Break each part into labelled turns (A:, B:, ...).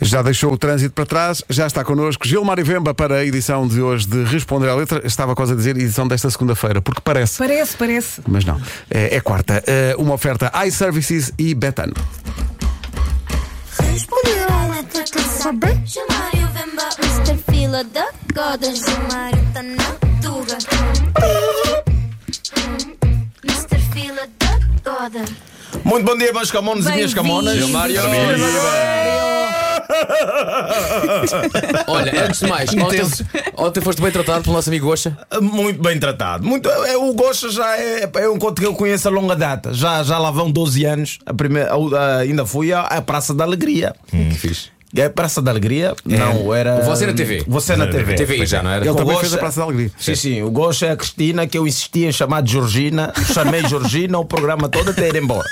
A: Já deixou o trânsito para trás, já está connosco Gilmar Vemba para a edição de hoje de Responder à Letra. Estava quase a dizer edição desta segunda-feira, porque parece,
B: Parece, parece.
A: mas não. É, é quarta. Eh, uma oferta iServices e Betano.
C: Respondeu a letra que saber Gilmário Vemba, Mr. Fila da Goda Gilmário tá na tuga Mr. Fila da Goda
D: Muito bom dia, meus camonos e minhas camonas.
E: Mário! Olha, antes de mais,
D: Intenso.
E: ontem, ontem foste bem tratado pelo nosso amigo Gocha.
D: Muito bem tratado. Muito, é, o Gosta já é, é um conto que eu conheço a longa data. Já, já lá vão 12 anos. A primeira, a- a- ainda fui à, à Praça da Alegria.
E: Hum, Que fixe.
D: É Praça da Alegria? Não, era.
E: O Você na TV.
D: Você na TV.
E: TVI já, não era? é-
A: Ele
D: Eu
A: também
D: gosto-
A: fez a Praça da Alegria.
D: Sim, sim. O Gosta é a Cristina que eu insistia em chamar de Georgina. Chamei Georgina o programa todo até ir embora.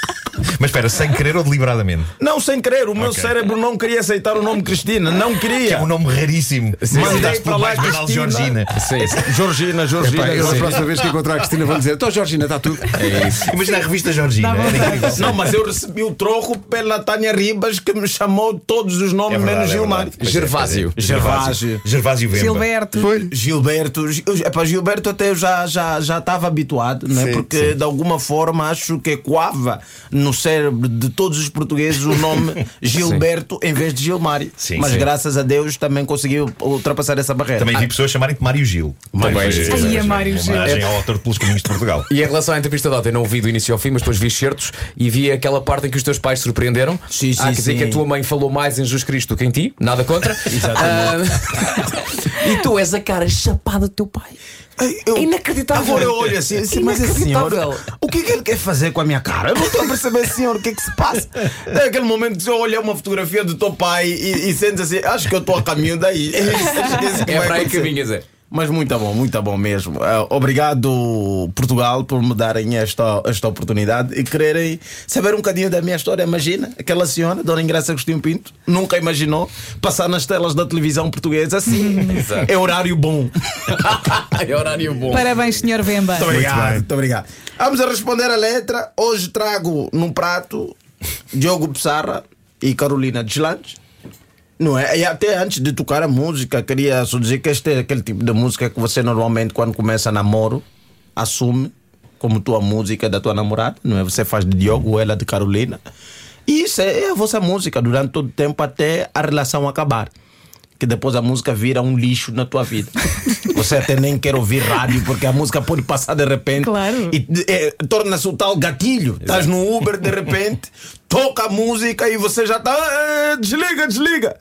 F: Mas espera, sem querer ou deliberadamente?
D: Não, sem querer. O meu cérebro não queria aceitar o nome Cristina. Não
F: Que é
D: queria.
F: um nome raríssimo.
D: Mandei
F: Mandaste
D: para
F: pelo
D: lá
F: mais banal de
D: Cristina.
F: Georgina.
D: Georgina, Georgina.
A: Pá, eu é a
D: Georgina.
A: próxima vez que encontrar a Cristina vão dizer: Então, Georgina, está tudo.
D: É
F: Imagina a revista Georgina. Era incrível.
D: Não, mas eu recebi o troco pela Tânia Ribas que me chamou todos os nomes,
F: É verdade,
D: menos
F: é
D: Gilmar.
F: verdade. Pois é,
E: Gervásio.
F: pois é. Gervásio. Gervásio Vemba.
B: Gilberto.
D: Gilberto, é para Gilberto até eu já já já estava habituado, né? Porque de alguma forma acho que ecoava no cérebro de todos os portugueses o nome Gilberto em vez de Gilmário.
F: Sim,
D: mas
F: sim.
D: graças a Deus também consegui ultrapassar essa barreira.
F: Também vi pessoas chamarem-te Ah. Mário Gil.
E: Também.
F: Foi-
B: Ai, é Mário Gil.
F: Homenagem ao autor de Pelos Comuns de Portugal.
E: E em relação à entrevista de ontem, não ouvi do início ao fim, mas depois vi certos e vi aquela parte em que os teus pais te surpreenderam.
D: Sim, sim,
E: Há que dizer
D: sim.
E: que a tua mãe falou mais em Jesus Cristo do que em ti, nada contra. Ah, Exatamente. e tu és a cara chapada do teu pai.
D: Eu-
E: É inacreditável.
D: Agora eu olho assim, assim mas esse senhor,
E: Inacreditável.
D: o que é que ele quer fazer com a minha cara? Eu não estou a perceber, senhor, o que é que se passa? Naquele momento, se eu olhar uma fotografia do teu pai e, e sentes assim, acho que eu estou a caminho daí. Esquece que
E: É
D: vai
E: para aí que
D: acontecer.
E: vinhas, é.
D: Mas muito bom, muito bom mesmo. Ah, Obrigado, Portugal, por me darem esta, esta oportunidade e quererem saber um bocadinho da minha história. Imagina, aquela senhora, Dona Ingrácia Agostinho Pinto, nunca imaginou passar nas telas da televisão portuguesa assim. é horário bom.
E: É horário bom.
B: Parabéns, senhor Vemba.
D: Muito obrigado, muito obrigado. Vamos a responder a letra. Hoje trago num prato Diogo Pissarra e Carolina Deslandes. Não é? E até antes de tocar a música, queria só dizer que este é aquele tipo de música que você normalmente, quando começa namoro, assume como tua música da tua namorada, não é? Você faz de Diogo, ela de Carolina. E isso é é a vossa música durante todo o tempo até a relação acabar. Que depois a música vira um lixo na tua vida. Você até nem quer ouvir rádio, porque a música pode passar de repente
B: Claro.
D: e de- é, torna-se o tal gatilho. Estás no Uber, de repente, toca a música e você já está. Desliga, desliga.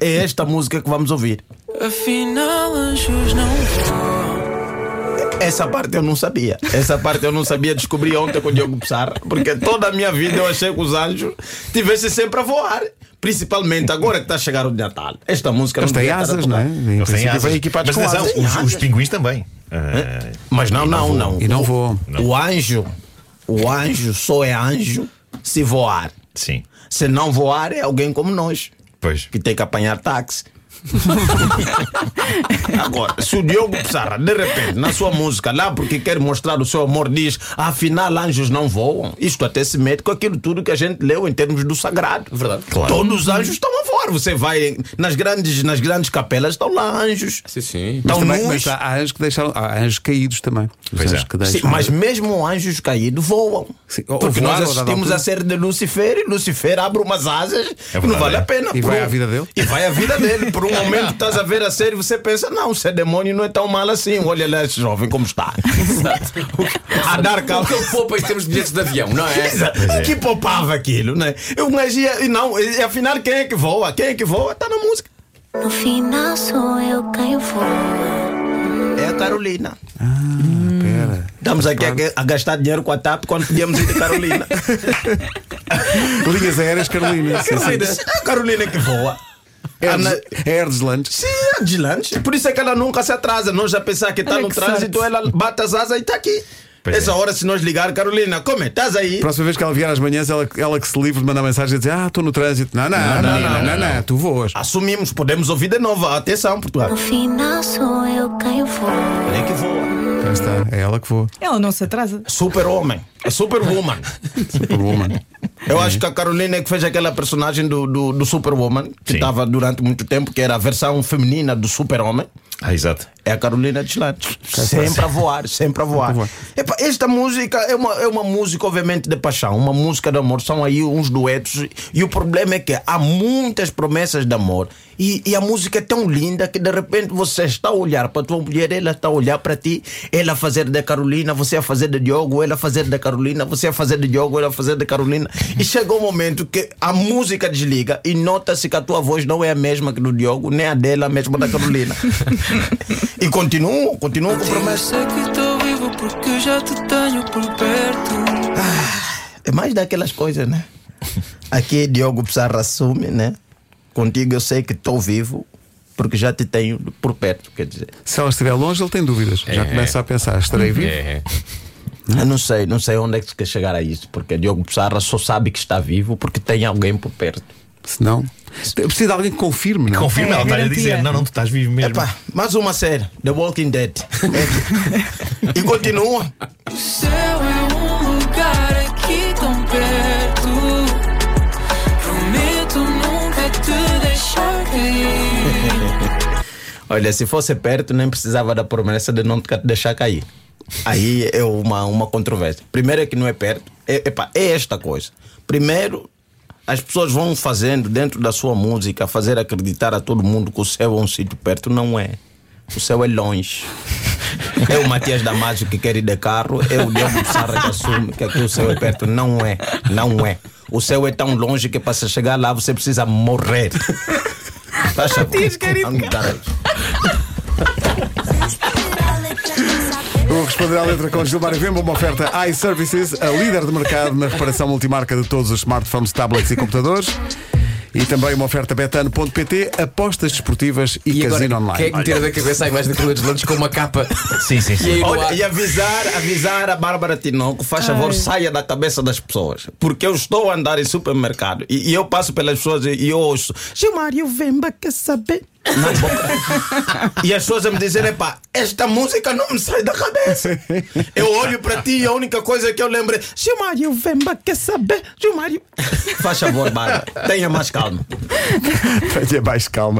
D: É esta música que vamos ouvir.
G: Afinal, anjos não vão.
D: Essa parte eu não sabia. Essa parte eu não sabia. Descobri ontem com o Diogo Pissarra. Porque toda a minha vida eu achei que os anjos tivessem sempre a voar. Principalmente agora que está a chegar o Natal. Esta música
A: Eles
D: não
A: têm
D: devia estar a
A: asas, não
D: tocar.
A: é? Em
F: Eles têm
A: princípio,
F: asas.
A: vêm equipados
F: Mas
A: com
F: atenção,
A: asas.
F: os, os pinguins também. Ah,
D: Mas não, não, não.
A: E não voam.
D: O anjo, o anjo só é anjo se voar.
F: sim.
D: Se não voar, é alguém como nós.
F: Pois.
D: que tem que apanhar táxi. Agora, se o Diogo Pissarra, de repente, na sua música, lá porque quer mostrar o seu amor, diz afinal anjos não voam, isto até se mete com aquilo tudo que a gente leu em termos do sagrado.
E: Verdade.
D: Todos os anjos estão a voar. Você vai em- nas grandes, nas grandes capelas, estão lá anjos.
E: Sim, sim.
A: Mas,
D: Estão
A: também,
D: nus.
A: mas há, há anjos que deixaram. Há anjos caídos também. Os
F: Pois
A: anjos
F: é.
A: que
D: Sim,
A: deixam-
D: mas mesmo anjos caídos voam.
A: Sim, ou
D: Porque
A: voaram,
D: nós
A: ou dada
D: assistimos
A: altura.
D: a série de Lucifer e Lucifer abre umas asas,
F: É
D: não
F: verdade,
D: vale
F: é.
D: a pena.
A: E
D: por
A: vai
D: um-
A: à vida dele.
D: E vai a vida dele. Por um momento estás a ver a série e você pensa, não, ser demônio não é tão mal assim. Olha lá esse jovem como está. a dar
E: O
D: cabo.
E: que ele poupa em termos de bilhetes de avião, não é?
D: Que poupava aquilo, né? Eu imagina, e não, e afinal quem é que voa? Quem é que voa? Tá na música.
C: No final sou eu quem voa
D: É a Carolina.
A: Espera.
D: Estamos aqui a, a gastar dinheiro com a TAP quando podíamos ir de Carolina.
A: Linhas aéreas "É, Carolina. sim, sim.
D: Carolina, é a Carolina que voa.
A: Herdes- Herdes Landes.
D: Sim, é de lanche. Por isso é que ela nunca se atrasa. Nós já pensar que está
B: Olha
D: no
B: que
D: trânsito,
B: sorte.
D: ela bate as asas e está aqui.
F: Pois
D: Essa
F: é.
D: hora, se nós ligar, Carolina, come, estás aí?
A: Próxima vez que ela vier às manhãs, ela, ela que se livre de mandar mensagem e dizer: Ah, estou no trânsito. Não, não, não, não, não, não, Ah. tu voas.
D: Assumimos, podemos ouvir de novo. Atenção, Portugal.
C: No final sou eu quem voa
D: Olha que voa.
A: Cá está, é ela que voa.
B: Ela não se atrasa.
D: Super-homem. É super-woman.
A: Superwoman.
D: Eu acho
F: Uhum.
D: que a Carolina é que fez aquela personagem do, do, do Superwoman, que
F: Sim.
D: estava durante muito tempo, que era a versão feminina do Super-Homem.
F: Ah, exato.
D: É a Carolina Deslandes. Sempre a voar, sempre a voar. Epá, esta música é uma, é uma música, obviamente, de paixão, uma música de amor. São aí uns duetos. E o problema é que há muitas promessas de amor. E, e a música é tão linda que de repente você está a olhar para a tua mulher, ela está a olhar para ti, ela a fazer da Carolina, você a fazer de Diogo, ela a fazer da Carolina, você a fazer de Diogo, ela a fazer da Carolina. E chega um momento que a música desliga e nota-se que a tua voz não é a mesma que do Diogo, nem a dela, a mesma da Carolina. E continuam, continuam com
G: Eu
D: promessas.
G: sei que estou vivo porque já te tenho por perto.
D: É mais daquelas coisas, né? Aqui Diogo Pissarra assume, né? Contigo eu sei que estou vivo, porque já te tenho por perto, quer dizer.
A: Se ela estiver longe, ele tem dúvidas. Já começa a pensar: estarei vivo?
E: É.
D: Eu não sei, não sei onde é que se quer chegar a isso, porque Diogo Pissarra só sabe que está vivo porque tem alguém por perto.
A: Se não, precisa de alguém que confirme. Não?
F: Confirma,
B: É,
F: ela está a
B: garantia.
F: dizer: não, não, tu estás vivo mesmo.
D: Epá, mais uma série, The Walking Dead. e continua.
G: O céu é um lugar aqui tão perto. Prometo nunca te deixar cair.
D: Olha, se fosse perto, nem precisava da promessa de não te ca- deixar cair. Aí é uma, uma controvérsia. Primeiro é que não é perto. É, epá, é esta coisa. Primeiro, as pessoas vão fazendo dentro da sua música, fazer acreditar a todo mundo que o céu é um sítio perto. Não é. O céu é longe. É o Matias Damasio que quer ir de carro, é o Diogo Sarra que assume que aqui o céu é perto. Não é, não é. O céu é tão longe que para você chegar lá você precisa morrer. Tá achando?
A: Vou responder à letra com Gilmar Vemba, uma oferta iServices, a líder de mercado na reparação multimarca de todos os smartphones, tablets e computadores. E também uma oferta betano.pt, apostas desportivas e,
E: E agora,
A: casino
E: quem é
A: online.
E: que me tira da cabeça a imagem da Colina dos Landes com uma capa?
F: Sim, sim,
E: E
F: sim.
E: aí não há...
D: Olha, e avisar, avisar a Bárbara Tinoco, faz favor, saia da cabeça das pessoas. Porque eu estou a andar em supermercado e, e eu passo pelas pessoas e, e eu ouço. Gilmário Vemba quer saber. Na boca. e as pessoas a me dizerem, pá, esta música não me sai da cabeça. Eu olho para ti e a única coisa que eu lembro é Gilmário Vemba quer saber. Gilmário. Faz favor, Bárbara, tenha mais calma.
A: Tenha mais calma.